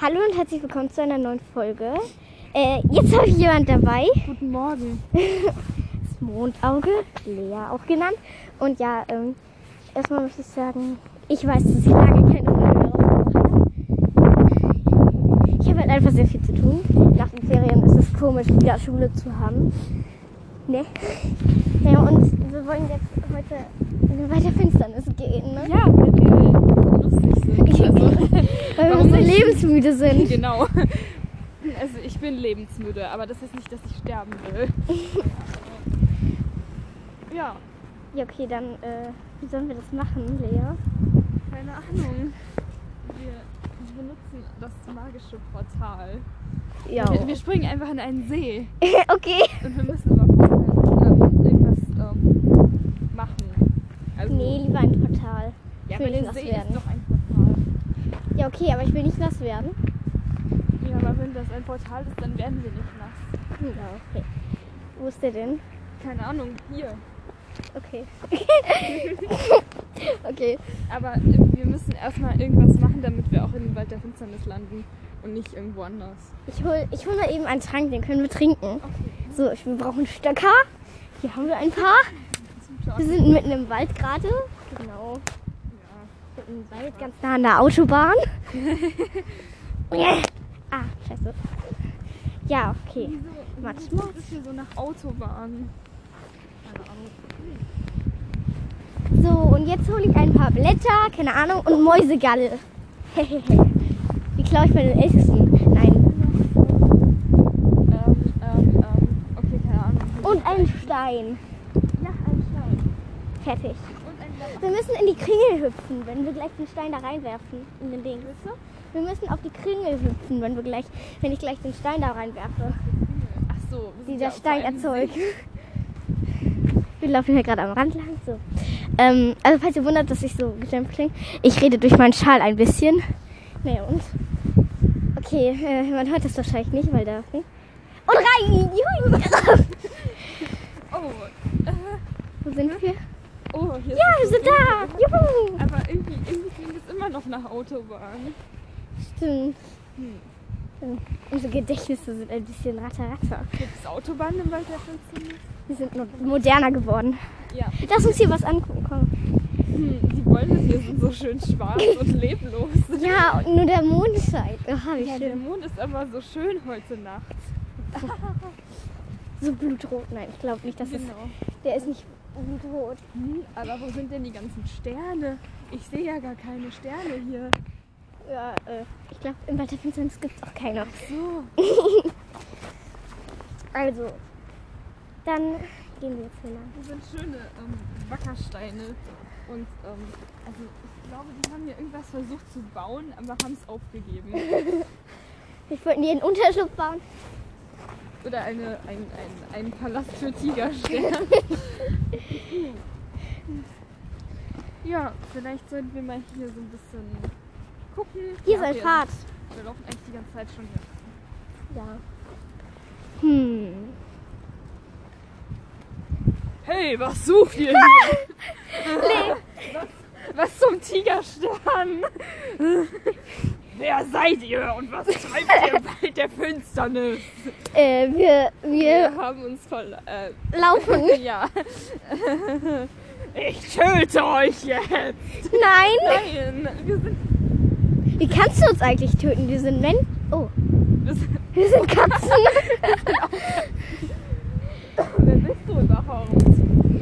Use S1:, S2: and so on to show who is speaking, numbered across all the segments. S1: Hallo und herzlich willkommen zu einer neuen Folge. Äh, jetzt habe ich jemand dabei,
S2: Guten Morgen.
S1: das Mondauge, Lea auch genannt. Und ja, ähm, erstmal möchte ich sagen, ich weiß, dass ich lange keine Folge mehr rausgebracht habe. Ich habe halt einfach sehr viel zu tun. Nach den Ferien ist es komisch, wieder Schule zu haben. Ne? Ja, und wir wollen jetzt heute bei der Finsternis gehen, ne?
S2: Ja, wenn wir lustig sind. Also,
S1: Weil wir
S2: warum
S1: so
S2: nicht?
S1: lebensmüde sind.
S2: genau. Also ich bin lebensmüde, aber das heißt nicht, dass ich sterben will. Ja,
S1: Ja, okay, dann, äh, wie sollen wir das machen, Lea?
S2: keine Ahnung. Wir benutzen das magische Portal.
S1: Ja.
S2: Wir, wir springen einfach in einen See
S1: okay.
S2: und wir müssen überhaupt ähm, irgendwas ähm, machen. Also,
S1: Nee, lieber ein Portal.
S2: ja,
S1: ich
S2: aber
S1: will nicht
S2: der
S1: nass
S2: See
S1: werden.
S2: ist doch ein Portal.
S1: Ja, okay, aber ich will nicht nass werden.
S2: Ja, aber wenn das ein Portal ist, dann werden wir nicht nass.
S1: Ja, okay. Wo ist der denn?
S2: Keine Ahnung, hier.
S1: Okay. okay.
S2: Aber äh, wir müssen erstmal irgendwas machen, damit wir auch in den Wald der Finsternis landen und nicht irgendwo anders.
S1: Ich hol, ich hol mal eben einen Trank, den können wir trinken.
S2: Okay.
S1: So, ich, wir brauchen Stöcker. Hier haben wir ein paar.
S2: Zum Plan.
S1: Wir sind mitten im Wald gerade. Genau.
S2: Ja.
S1: Mitten im Wald, ganz nah an der Autobahn. ah, scheiße. Ja, okay.
S2: Wieso,
S1: Warte.
S2: wieso klingt das hier so nach Autobahn?
S1: So, und jetzt hole ich ein paar Blätter, keine Ahnung, und Mäusegalle. Die klaue ich bei den Ältesten. Nein.
S2: Ähm, ähm, ähm, okay, keine Ahnung.
S1: Und einen Stein.
S2: Ja, ein Stein.
S1: Fertig.
S2: Und ein Lamm.
S1: Wir müssen in die Kringel hüpfen, wenn wir gleich den Stein da reinwerfen. In den Ding.
S2: Willst du?
S1: Wir müssen auf die Kringel hüpfen, wenn, wir gleich, wenn ich gleich den Stein da reinwerfe.
S2: Ach so. wir sind
S1: Dieser
S2: ja auf
S1: Stein
S2: einem
S1: erzeugt.
S2: See.
S1: Wir laufen hier gerade am Rand lang. So. Ähm, also falls ihr wundert, dass ich so gedämpft klinge, ich rede durch meinen Schal ein bisschen. Naja und? Okay, äh, man hört das wahrscheinlich nicht, weil da... Und rein! Juhu!
S2: Oh,
S1: Wo sind wir?
S2: oh, hier
S1: Ja, wir
S2: ist
S1: sind da! Juhu!
S2: Aber irgendwie, irgendwie klingt es immer noch nach Autobahn.
S1: Stimmt.
S2: Hm.
S1: Ähm, Unsere Gedächtnisse sind ein bisschen ratter-ratter.
S2: Gibt es Autobahnen im Wald der Finsternis?
S1: Wir sind mo- moderner geworden.
S2: Ja.
S1: Lass uns hier was angucken. Komm.
S2: Hm, die Bäume hier sind so schön schwarz und leblos.
S1: Ja, und nur der Mond scheint. Oha, wie
S2: Ja, der
S1: schön.
S2: Mond ist aber so schön heute Nacht.
S1: So blutrot. Nein, ich glaube nicht, dass es...
S2: Genau.
S1: Der ist nicht blutrot.
S2: Hm, aber wo sind denn die ganzen Sterne? Ich sehe ja gar keine Sterne hier.
S1: Ja, äh, ich glaube, im Wald der Finsternis gibt es auch keine.
S2: So.
S1: Also, dann gehen wir jetzt hier lang.
S2: Hier sind schöne ähm, Wackersteine. Und ähm, also ich glaube, die haben hier irgendwas versucht zu bauen, aber haben es aufgegeben.
S1: Ich wollte hier einen Unterschlupf bauen.
S2: Oder eine, ein, ein, ein Palast für Tigersterne. ja, vielleicht sollten wir mal hier so ein bisschen gucken.
S1: Hier
S2: Ja,
S1: ist ein
S2: wir-
S1: Pfad.
S2: Wir laufen eigentlich die ganze Zeit schon hier.
S1: Ja. Hm.
S2: Hey, was sucht ihr hier? was, was zum Tigerstern? Wer seid ihr und was treibt ihr bei der Finsternis?
S1: Äh, wir, wir
S2: Wir haben uns voll. Äh,
S1: laufen.
S2: ja. Ich töte euch jetzt!
S1: Nein!
S2: Nein! Wir sind.
S1: Wie kannst du uns eigentlich töten? Wir sind Men. Oh,
S2: Wir sind
S1: wir sind Katzen.
S2: wer bist du überhaupt?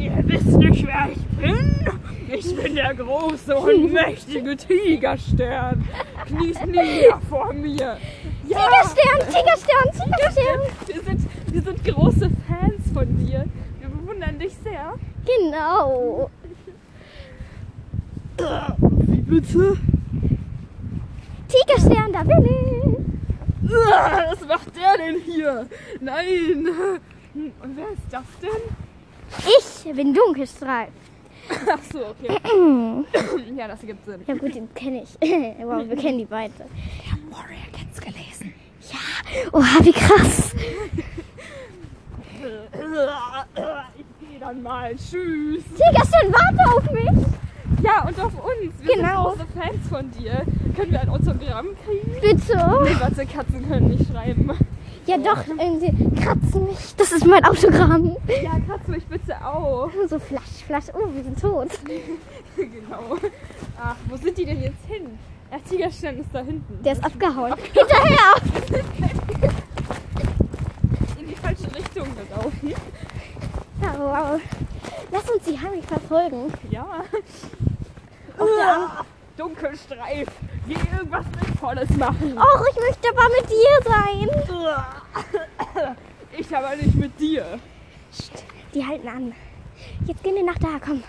S2: Ihr wisst nicht, wer ich bin? Ich bin der große und mächtige Tigerstern. Kniet nieder vor mir. Ja.
S1: Tigerstern, Tigerstern, Tigerstern.
S2: Wir sind, wir sind große Fans von dir. Wir bewundern dich sehr.
S1: Genau.
S2: Wie bitte?
S1: Tigerstern, da bin ich.
S2: Was macht der denn hier? Nein. Hm, Und wer ist das denn?
S1: Ich bin Dunkelstrahl. Hm.
S2: Ach so, okay. Ja, das ergibt Sinn.
S1: Ja gut, den kenne ich. wow, wir kennen die beide.
S2: Warrior Cats gelesen.
S1: Oha, Oh, wie krass.
S2: Ich gehe dann mal. Tschüss.
S1: Tigerstern, warte auf mich.
S2: Ja, und auf uns. Wir
S1: Genau.
S2: sind große Fans von dir. Können wir ein Autogramm kriegen?
S1: Bitte?
S2: Nee, warte, Katzen können nicht schreiben.
S1: Ja doch, irgendwie kratzen mich. Das ist mein Autogramm.
S2: Ja, kratz mich bitte auch.
S1: So flasch, flasch. Oh, wir sind tot.
S2: genau. Ach, wo sind die denn jetzt hin? Der Tigerstern ist da hinten.
S1: Der ist abgehauen. Hinterher!
S2: In die falsche Richtung gelaufen.
S1: Ja, wow. Lass uns die heimlich verfolgen.
S2: Ja.
S1: Auf der An-
S2: Dunkelstreif. Geh irgendwas Sinnvolles machen.
S1: Och, ich möchte aber mit dir sein.
S2: Ich aber nicht mit dir.
S1: Psst, die halten an. Jetzt gehen wir nach da, komm.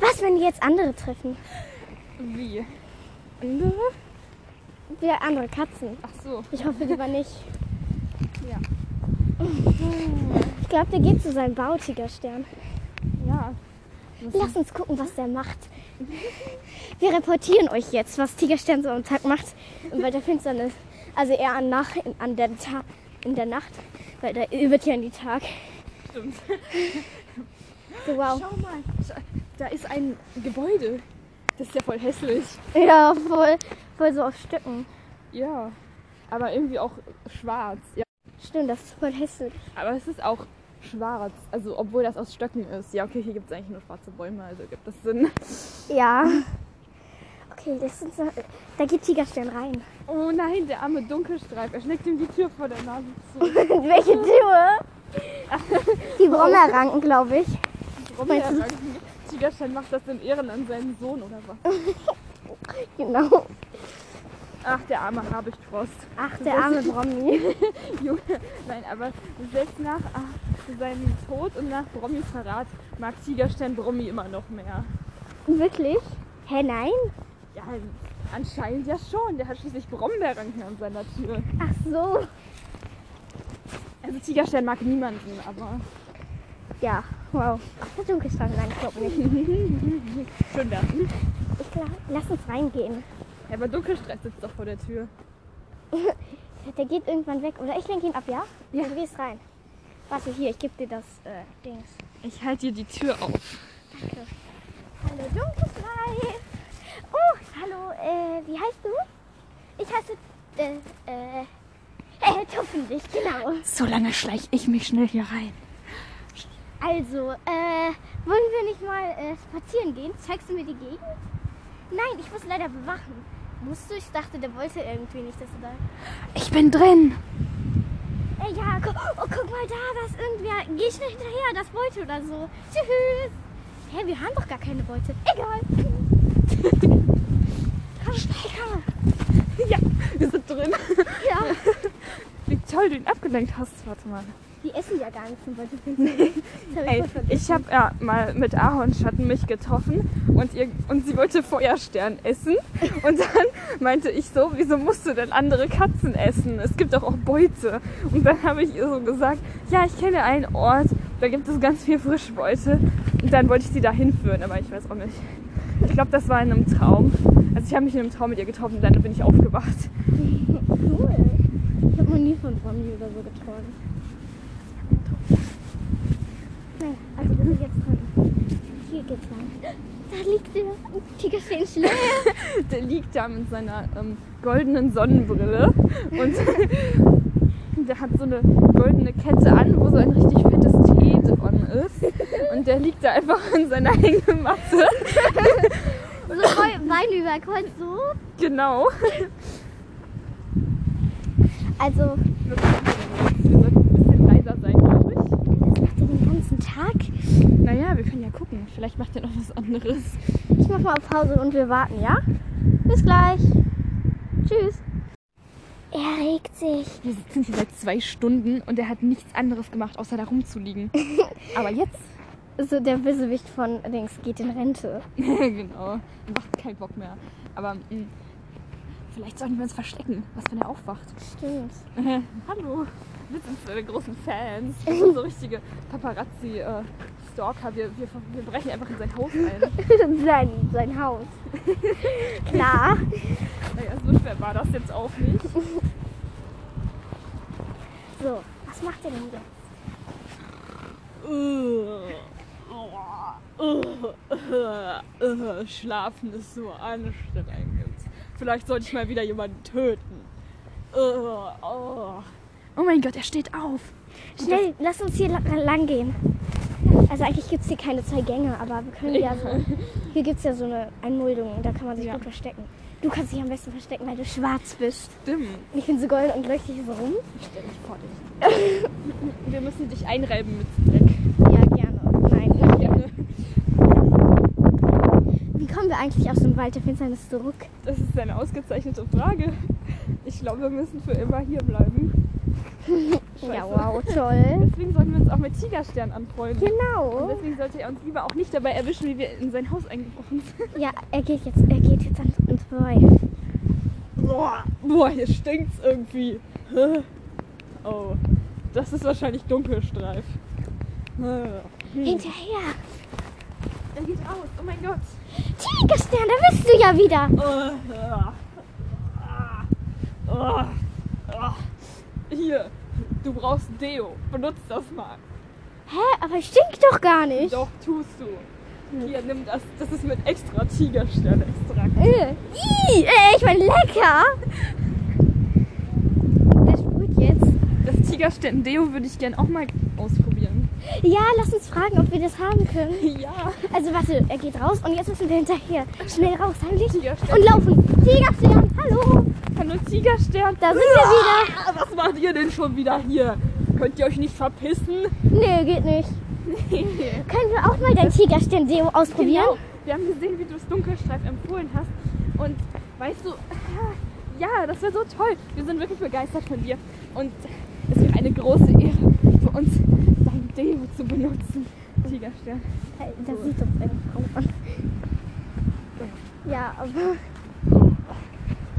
S1: Was, wenn wir jetzt andere treffen?
S2: Wie?
S1: Andere? Wir andere Katzen.
S2: Ach so.
S1: Ich hoffe lieber nicht.
S2: Ja.
S1: Ich glaube, der geht zu seinem Bautigerstern.
S2: Ja.
S1: Lass uns gucken, was der macht. Wir reportieren euch jetzt, was Tigerstern so am Tag macht. Und bei der Finsternis. Also eher an, nach, in, an der Ta in der Nacht. Weil da wird ja in die Tag.
S2: Stimmt.
S1: So, wow.
S2: Schau mal. Da ist ein Gebäude. Das ist ja voll hässlich.
S1: Ja, voll, voll so auf Stücken.
S2: Ja. Aber irgendwie auch schwarz. Ja.
S1: Stimmt, das ist voll hässlich.
S2: Aber es ist auch schwarz. Also, obwohl das aus Stöcken ist. Ja, okay, hier gibt es eigentlich nur schwarze Bäume, also gibt das Sinn.
S1: Ja. Okay, das sind so, da geht Tigerstern rein.
S2: Oh nein, der arme Dunkelstreif. Er schlägt ihm die Tür vor der Nase zu.
S1: Welche Tür? Die Brommerranken, glaube ich.
S2: Rumherranken. Tigerstein macht das in Ehren an seinen Sohn oder was?
S1: Genau.
S2: Ach, der arme Habichtfrost.
S1: Ach, der arme Brommi.
S2: Junge, nein, aber selbst nach ach, seinem Tod und nach Brommis Verrat mag Tigerstein Brommi immer noch mehr.
S1: Wirklich? Hä, nein?
S2: Ja, anscheinend ja schon. Der hat schließlich Brombeerranken an seiner Tür.
S1: Ach so.
S2: Also Tigerstein mag niemanden, aber
S1: Ja, wow. Der Dunkelstrang, nein, ich glaube nicht.
S2: schön das.
S1: Ich glaub, lass uns reingehen.
S2: Ja, aber Dunkelstress sitzt doch vor der Tür.
S1: Der geht irgendwann weg. Oder ich lenke ihn ab, ja? Ja. Du gehst rein. Warte, hier, ich gebe dir das äh, Dings.
S2: Ich halte dir die Tür auf.
S1: Hallo Dunkelfrei. Oh, hallo, äh, wie heißt du? Ich heiße, äh, äh, äh Tuffenlicht, genau.
S2: So lange schleich ich mich schnell hier rein.
S1: Also, äh, wollen wir nicht mal äh, spazieren gehen? Zeigst du mir die Gegend? Nein, ich muss leider bewachen. Musst du? Ich dachte, der wollte irgendwie nicht, dass du da...
S2: Ich bin drin.
S1: Ey, ja, gu oh, guck mal da, da ist irgendwer. Geh schnell hinterher, das Beute oder so. Tschüss. Hä, wir haben doch gar keine Beute. Egal. komm, schnell,
S2: Ja, wir sind drin.
S1: komm. Ja.
S2: Wie toll du ihn abgelenkt hast. Warte mal.
S1: Die essen ja gar nichts von Beute. Nee. Das hab ich
S2: Ey,
S1: voll vergessen.
S2: ich habe ja mal mit Ahornschatten mich getroffen und, ihr, und sie wollte Feuerstern essen. Und dann meinte ich so, wieso musst du denn andere Katzen essen? Es gibt doch auch Beute. Und dann habe ich ihr so gesagt, ja, ich kenne einen Ort, da gibt es ganz viel Frischbeute. Und dann wollte ich sie da hinführen, aber ich weiß auch nicht. Ich glaube, das war in einem Traum. Also ich habe mich in einem Traum mit ihr getroffen und dann bin ich aufgewacht.
S1: Cool. Ich habe noch nie von Promi oder so getragen. Nein, also wir sind jetzt dran. Hier geht's lang. Da liegt der Tiger stehen schläft.
S2: Der liegt da mit seiner ähm, goldenen Sonnenbrille und der hat so eine goldene Kette an, wo so ein richtig fettes T dran ist. Und der liegt da einfach in seiner Hängematte.
S1: So voll Bein über Kreuz so.
S2: Genau.
S1: Also,
S2: Wir sollten ein bisschen leiser sein, glaube ich.
S1: das macht er den ganzen Tag.
S2: Naja, wir können ja gucken. Vielleicht macht er noch was anderes.
S1: Ich mach mal auf Pause und wir warten, ja? Bis gleich. Tschüss. Er regt sich.
S2: Wir sitzen hier seit zwei Stunden und er hat nichts anderes gemacht, außer da rumzuliegen. Aber jetzt?
S1: So, der Bösewicht von Dings geht in Rente.
S2: genau. Macht keinen Bock mehr. Aber mh, vielleicht sollten wir uns verstecken. Was, wenn er aufwacht?
S1: Stimmt.
S2: Hallo, wir sind deine großen Fans. Wir sind so richtige Paparazzi-Stalker. wir, wir, wir brechen einfach in sein Haus ein.
S1: sein, sein Haus. Klar.
S2: Naja, so schwer war das jetzt auch nicht.
S1: So, was macht er denn jetzt?
S2: Uah. Äh, Schlafen ist so anstrengend. Vielleicht sollte ich mal wieder jemanden töten. Äh, oh. oh mein Gott, er steht auf.
S1: Schnell, lass uns hier la- lang gehen. Also eigentlich gibt es hier keine zwei Gänge, aber wir können ja so. Hier gibt es ja so eine Einmuldung und da kann man sich
S2: Ja.
S1: gut verstecken. Du kannst dich am besten verstecken, weil du schwarz bist.
S2: Stimmt.
S1: Ich bin so golden und leuchte hier so rum.
S2: Ich stell dich vor dich. Wir müssen dich einreiben mit Dreck.
S1: Ja, gerne. Nein. Wie kommen wir eigentlich aus dem Wald der Finsternis zurück?
S2: Das ist eine ausgezeichnete Frage. Ich glaube, wir müssen für immer hier bleiben.
S1: Ja,
S2: Scheiße.
S1: wow, toll.
S2: Deswegen sollten wir uns auch mit Tigerstern anfreunden. Und
S1: Genau.
S2: deswegen sollte er uns lieber auch nicht dabei erwischen, wie wir in sein Haus eingebrochen sind.
S1: Ja, er geht jetzt, er geht jetzt an uns vorbei.
S2: Boah, boah hier stinkt's irgendwie. Oh, das ist wahrscheinlich Dunkelstreif.
S1: Hm. Hinterher.
S2: Er geht aus, oh mein Gott.
S1: Tigerstern, da bist du ja wieder.
S2: Hier, du brauchst Deo. Benutzt das mal.
S1: Hä, aber stinkt doch gar nicht.
S2: Doch, tust du. Hier, nimm das. Das ist mit extra Tigersternextrakt.
S1: Äh, ii, äh, ich meine, lecker. Der sprüht jetzt.
S2: Das Tigerstern-Deo würde ich gern auch mal ausprobieren.
S1: Ja, lass uns fragen, ob wir das haben können.
S2: Ja.
S1: Also warte, er geht raus und jetzt müssen wir hinterher. Schnell raus, heimlich.
S2: Tigerstern.
S1: Und laufen. Tigerstern, hallo.
S2: Hallo Tigerstern.
S1: Da sind wir wieder.
S2: Ah, was macht ihr denn schon wieder hier? Könnt ihr euch nicht verpissen?
S1: Nee, geht nicht. Können wir auch mal dein Tigerstern-Deo ausprobieren?
S2: Genau. Wir haben gesehen, wie du das Dunkelstreif empfohlen hast. Und weißt du, ja, das war so toll. Wir sind wirklich begeistert von dir. Und es wäre eine große Ehre für uns, dein Deo zu benutzen. Tigerstern.
S1: Hey, Das sieht doch deine Frau an. Ja, aber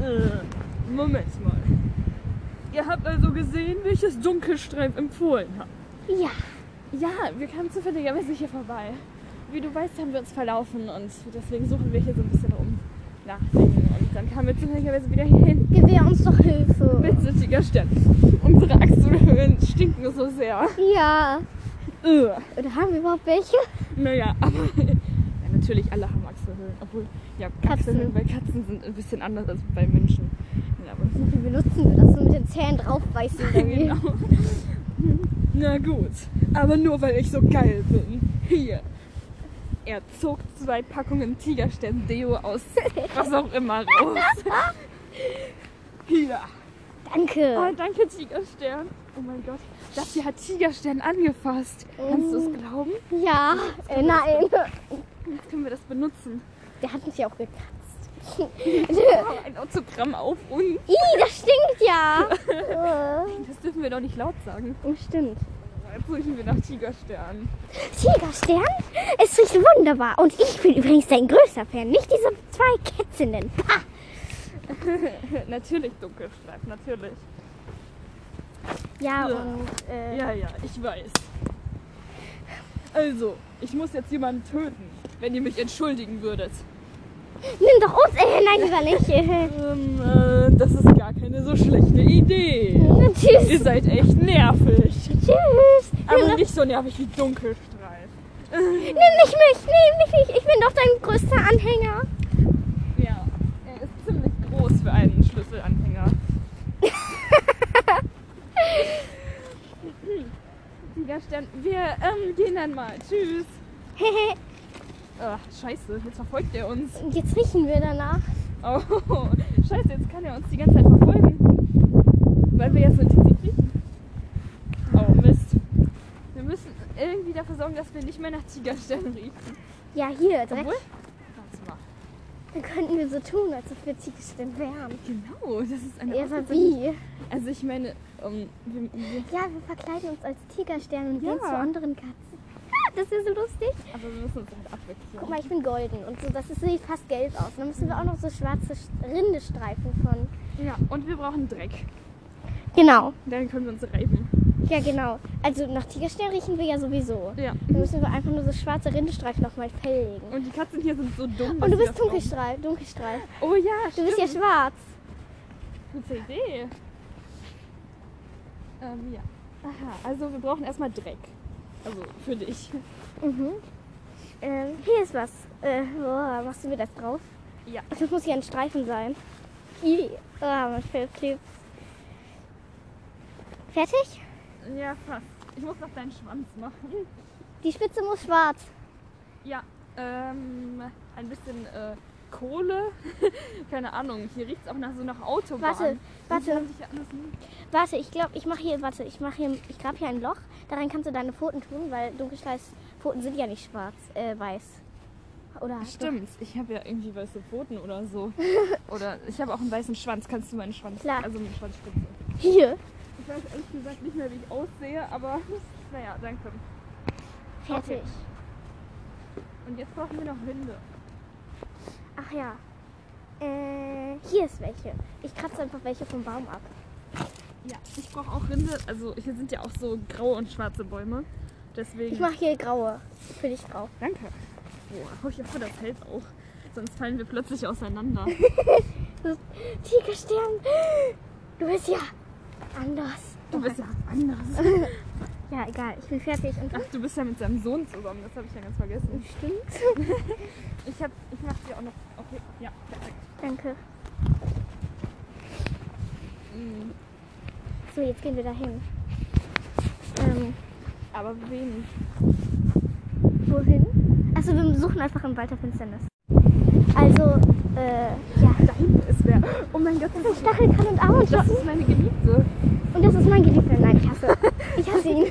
S2: Äh, Moment mal. Ihr habt also gesehen, wie ich das Dunkelstreif empfohlen habe.
S1: ja.
S2: Ja, wir kamen zufälligerweise hier vorbei. Wie du weißt, haben wir uns verlaufen und deswegen suchen wir hier so ein bisschen rum nach Dingen. Und dann kamen wir zufälligerweise wieder hier hin.
S1: Gewähr uns doch Hilfe.
S2: Bitte, Tigerstern. Unsere Achselhöhlen stinken so sehr.
S1: Ja.
S2: Ugh.
S1: Oder haben wir überhaupt welche?
S2: Naja, aber ja, natürlich alle haben Achselhöhlen. Obwohl, ja,
S1: Katzen.
S2: Achselhöhlen bei Katzen sind ein bisschen anders als bei Menschen. Ja, aber
S1: Wie benutzen wir das so mit den Zähnen draufbeißen? oder wie?
S2: genau. Na gut, aber nur weil ich so geil bin. Hier. Er zog zwei Packungen Tigerstern-Deo aus was auch immer raus. Hier. Oh,
S1: Danke.
S2: danke, Tigerstern. Oh mein Gott, das hier hat Tigerstern angefasst. Kannst du es glauben?
S1: Ja, äh, nein.
S2: Jetzt können wir das benutzen.
S1: Der hat uns ja auch gekratzt.
S2: Oh, ein Autogramm auf uns.
S1: Ih, das stinkt ja. Äh,
S2: Das dürfen wir doch nicht laut sagen.
S1: oh, Stimmt.
S2: Jetzt suchen wir nach Tigerstern.
S1: Tigerstern? Es riecht wunderbar. Und ich bin übrigens dein größter Fan, nicht diese zwei Kätzinnen. Ha!
S2: natürlich Dunkelstreif, natürlich.
S1: Ja,
S2: Ja.
S1: und äh,
S2: Ja, ja, ich weiß. Also, ich muss jetzt jemanden töten, wenn ihr mich entschuldigen würdet.
S1: nimm doch uns. Äh, nein, lieber nicht. Äh,
S2: Ähm, äh, das ist gar keine so schlechte Idee. Ihr
S1: tschüss.
S2: seid echt nervig.
S1: Tschüss.
S2: Aber
S1: Nimm, doch,
S2: nicht so nervig wie Dunkelstreif.
S1: nimm nicht mich. Nimm nicht mich. Ich bin doch dein größter Anhänger.
S2: Ja, er ist ziemlich groß für einen Schlüsselanhänger. Tiger Stern, wir ähm, gehen dann mal. Tschüss. Ach, scheiße, jetzt verfolgt er uns.
S1: Und Jetzt riechen wir danach.
S2: Oh, scheiße, jetzt kann er uns die ganze Zeit verfolgen. Weil wir ja so intensiv riechen. Oh, Mist. Wir müssen irgendwie dafür sorgen, dass wir nicht mehr nach Tigerstern riechen.
S1: Ja, hier, direkt.
S2: Obwohl, warte mal.
S1: Dann könnten wir so tun, als ob wir Tigerstern wären.
S2: Genau, das ist eine
S1: Ja, aber
S2: ausgezeichnete-
S1: wie?
S2: Also ich meine, ähm, wir, wir,
S1: Ja, wir verkleiden uns als Tigerstern und
S2: Ja.
S1: gehen zu anderen Katzen. Ah, das ist so lustig.
S2: aber wir müssen uns halt
S1: Guck
S2: abwechseln.
S1: mal, ich bin golden und so, das ist, sieht fast gelb aus. Und dann müssen wir auch noch so schwarze Sch- Rindestreifen von.
S2: Ja, und wir brauchen Dreck.
S1: Genau.
S2: Dann können wir uns reiben.
S1: Ja, genau. Also nach Tigerstern riechen wir ja sowieso.
S2: Ja.
S1: Dann müssen wir einfach nur so schwarze Rindestreifen auf mein Fell legen.
S2: Und die Katzen hier sind so
S1: Und
S2: dumm.
S1: du
S2: dass sie
S1: bist
S2: das brauchen.
S1: Dunkelstreif. Dunkelstreif.
S2: Oh ja,
S1: Du bist ja
S2: stimmt.
S1: schwarz.
S2: Gute Idee. Ähm, ja. Aha, also wir brauchen erstmal Dreck. Also für dich.
S1: Mhm. Ähm, hier ist was. Äh, boah, machst du mir das drauf?
S2: Ja.
S1: Das muss hier ein Streifen sein. I. Oh, man verklebt. Fertig?
S2: Ja, fast. Ich muss noch deinen Schwanz machen.
S1: Die Spitze muss schwarz.
S2: Ja, ähm, ein bisschen äh, Kohle. Keine Ahnung, hier riecht es auch nach so nach Autobahn.
S1: Warte, warte.
S2: Das hab ich alles nie-
S1: Warte, ich glaube, ich mache hier, warte, ich mache hier, ich grab hier ein Loch. Daran kannst du deine Pfoten tun, weil dunkelschweiß Pfoten sind ja nicht schwarz, äh, weiß. Oder
S2: Stimmt, ich habe ja irgendwie weiße Pfoten oder so. Oder ich habe auch einen weißen Schwanz. Kannst du meinen Schwanz?
S1: Klar.
S2: Also meine Schwanzspitze.
S1: Hier.
S2: Ich weiß ehrlich gesagt nicht mehr, wie ich aussehe, aber naja, danke.
S1: Fertig.
S2: Okay. Und jetzt brauchen wir noch Winde.
S1: Ach ja. Äh, hier ist welche. Ich kratze einfach welche vom Baum ab.
S2: Ja, ich brauche auch Rinde. Also hier sind ja auch so graue und schwarze Bäume. Deswegen.
S1: Ich mache hier graue. Für dich grau.
S2: Danke. Boah, hau ich hoffe, das hält auch. Sonst fallen wir plötzlich auseinander.
S1: Tigerstern. Du bist ja anders.
S2: Du bist ja was anderes.
S1: Ja, egal. Ich bin fertig. Und
S2: Ach, du bist ja mit seinem Sohn zusammen. Das habe ich ja ganz vergessen.
S1: stimmt.
S2: Ich hab, ich mache dir auch noch. Okay, ja, perfekt.
S1: Danke.
S2: Mm.
S1: So, jetzt gehen wir dahin. Ähm,
S2: Aber wen?
S1: wohin? Achso, wir suchen einfach im Wald der Finsternis. Also, äh, ja.
S2: Da hinten ist wer. Oh mein Gott, das ist,
S1: Stachelkann und Ahornschwanz.
S2: das ist meine Geliebte.
S1: Und das ist mein Geliebter. Nein, ich hasse. Ich hasse ihn.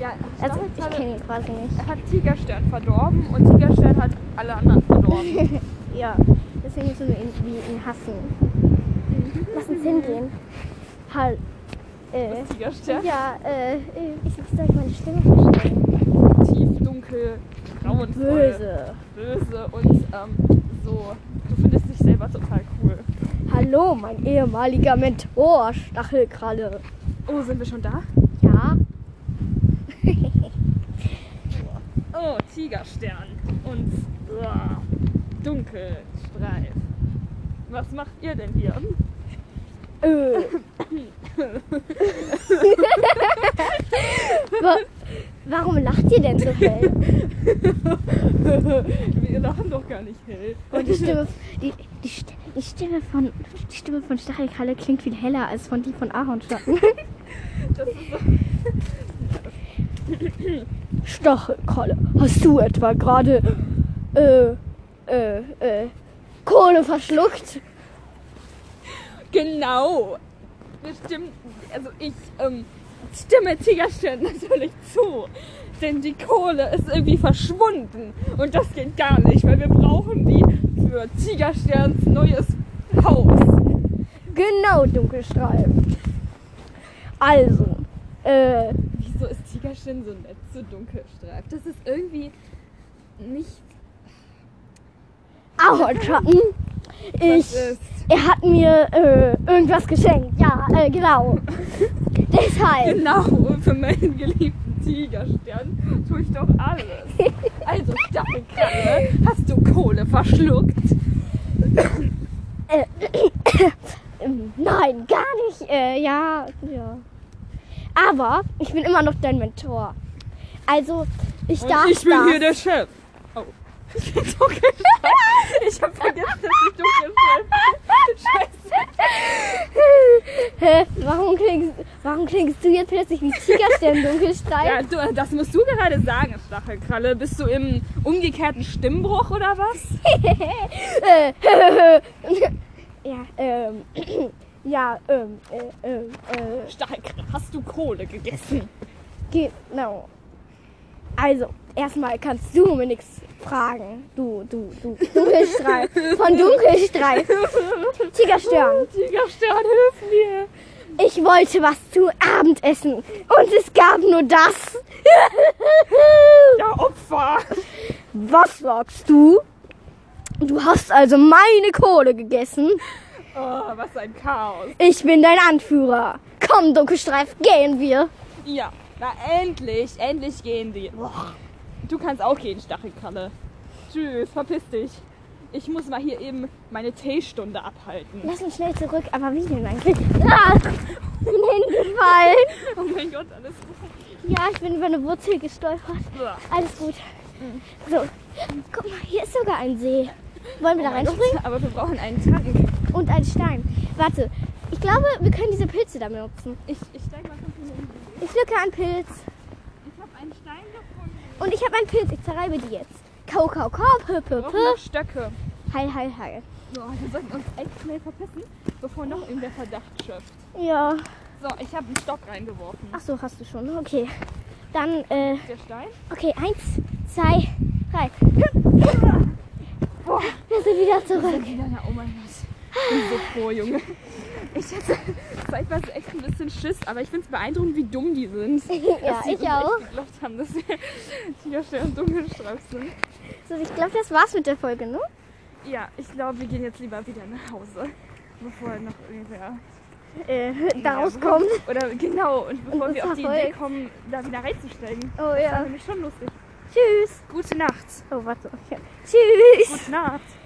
S2: Ja,
S1: Also, ich
S2: Stachelzahn
S1: kenne ihn quasi nicht.
S2: hat Tigerstern verdorben und Tigerstern hat alle anderen verdorben.
S1: Ja, deswegen müssen wir ihn, wir ihn hassen.
S2: Mhm.
S1: Lass uns hingehen. Halt. Äh,
S2: Das Tigerstern.
S1: ja, äh, ich soll ich meine Stimme verstellen.
S2: Tief, dunkel, grau und voll.
S1: Böse.
S2: Böse und ähm, so. Du findest dich selber total cool.
S1: Hallo, mein ehemaliger Mentor, Stachelkralle.
S2: Oh, sind wir schon da?
S1: Ja,
S2: Oh, Tigerstern und uah, dunkel, Streif. Was macht ihr denn hier?
S1: äh. Wa- Warum lacht ihr denn so hell?
S2: wir lachen doch gar nicht hell.
S1: Und die Stimme, die, die, St- die Stimme von, die Stimme von Stachelkralle klingt viel heller als von die von Ahornstatten.
S2: Das ist so,
S1: Stachelkralle, hast du etwa gerade äh, äh, äh, Kohle verschluckt?
S2: genau. Wir stimmen, also ich ähm, stimme Tigerstern natürlich zu. Denn die Kohle ist irgendwie verschwunden. Und das geht gar nicht, weil wir brauchen die für Tigersterns neues Haus.
S1: Genau, Dunkelstreifen. Also, äh,
S2: Wieso ist Tigerstern so nett zu dunkelstreift? Das ist irgendwie nicht.
S1: Ahornschatten, ich,
S2: Was ist?
S1: er hat mir äh, irgendwas geschenkt. Ja, äh, genau. Deshalb,
S2: Genau, für meinen geliebten Tigerstern tue ich doch alles. Also, Stachelkralle, hast du Kohle verschluckt?
S1: äh, ähm, nein, gar nicht. Äh, ja, ja. Aber ich bin immer noch dein Mentor. Also, ich
S2: Und
S1: darf
S2: ich bin
S1: das.
S2: hier der Chef. Oh. Ich bin dunkelstreift. Ich hab vergessen, dass ich dunkelstreift bin. Scheiße.
S1: Hä? Warum klingst, warum klingst du jetzt plötzlich wie Tigerstern
S2: Ja,
S1: dunkelstreif?
S2: du, das musst du gerade sagen, Stachelkralle. Bist du im umgekehrten Stimmbruch oder was?
S1: Ja, ähm, ja, ähm, äh, ähm, äh,
S2: Stachelkralle, hast du Kohle gegessen?
S1: genau. Also, erstmal kannst du mir nichts fragen. Du, du, du, Dunkelstreif. Von Dunkelstreif. Tigerstern.
S2: Tigerstern, hilf mir!
S1: Ich wollte was zu Abendessen. Und es gab nur das.
S2: Ja, Opfer!
S1: Was sagst du? Du hast also meine Kohle gegessen.
S2: Oh, was ein Chaos.
S1: Ich bin dein Anführer. Komm, Dunkelstreif, gehen wir.
S2: Ja, na endlich, endlich gehen die. Du kannst auch gehen, Stachelkralle. Tschüss, verpiss dich. Ich muss mal hier eben meine Teestunde abhalten.
S1: Lass uns schnell zurück, aber wie denn eigentlich? Ah, ich bin hingefallen.
S2: Oh mein Gott, alles gut.
S1: Ja, ich bin über eine Wurzel gestolpert.
S2: Uah.
S1: Alles gut. So, guck mal, hier ist sogar ein See. Wollen wir da
S2: Oh mein Gott,
S1: reinspringen?
S2: aber wir brauchen einen Tank.
S1: Und ein Stein. Warte, ich glaube, wir können diese Pilze da benutzen.
S2: Ich, ich steig mal fünf Minuten.
S1: Ich pflücke einen Pilz.
S2: Ich habe einen Stein gefunden.
S1: Und ich habe einen Pilz. Ich zerreibe die jetzt. Kau, kau, kau, hüpp,
S2: Wir
S1: hüpp,
S2: brauchen noch
S1: hüpp.
S2: Stöcke.
S1: Heil, heil, heil.
S2: Ja, wir sollten uns echt schnell verpissen, bevor noch irgendwer Verdacht schöpft.
S1: Ja.
S2: So, ich habe einen Stock reingeworfen.
S1: Ach so, hast du schon. Okay. Dann, äh,
S2: Der Stein?
S1: okay, eins, zwei, drei. Wir sind wieder zurück.
S2: Ja, oh mein Gott. Ich bin so froh, Junge. Ich hatte zeitweise echt ein bisschen Schiss, aber ich finde es beeindruckend, wie dumm die sind.
S1: ja,
S2: Dass die uns
S1: ich auch.
S2: Echt geglaubt haben, dass wir Tigerstelle und Dunkelstraße sind.
S1: So, ich glaube, das war's mit der Folge, ne?
S2: Ja, ich glaube, wir gehen jetzt lieber wieder nach Hause, bevor noch irgendwer
S1: Äh, daraus
S2: Ja, bevor-
S1: kommt.
S2: Oder genau, und bevor
S1: Und
S2: wir
S1: uns
S2: auf die Idee
S1: verfolgt.
S2: kommen, da wieder reinzusteigen.
S1: Oh
S2: Das war
S1: ja.
S2: nämlich schon lustig.
S1: Tschüss.
S2: Gute Nacht.
S1: Oh, warte. Ja. Tschüss.
S2: Gute Nacht.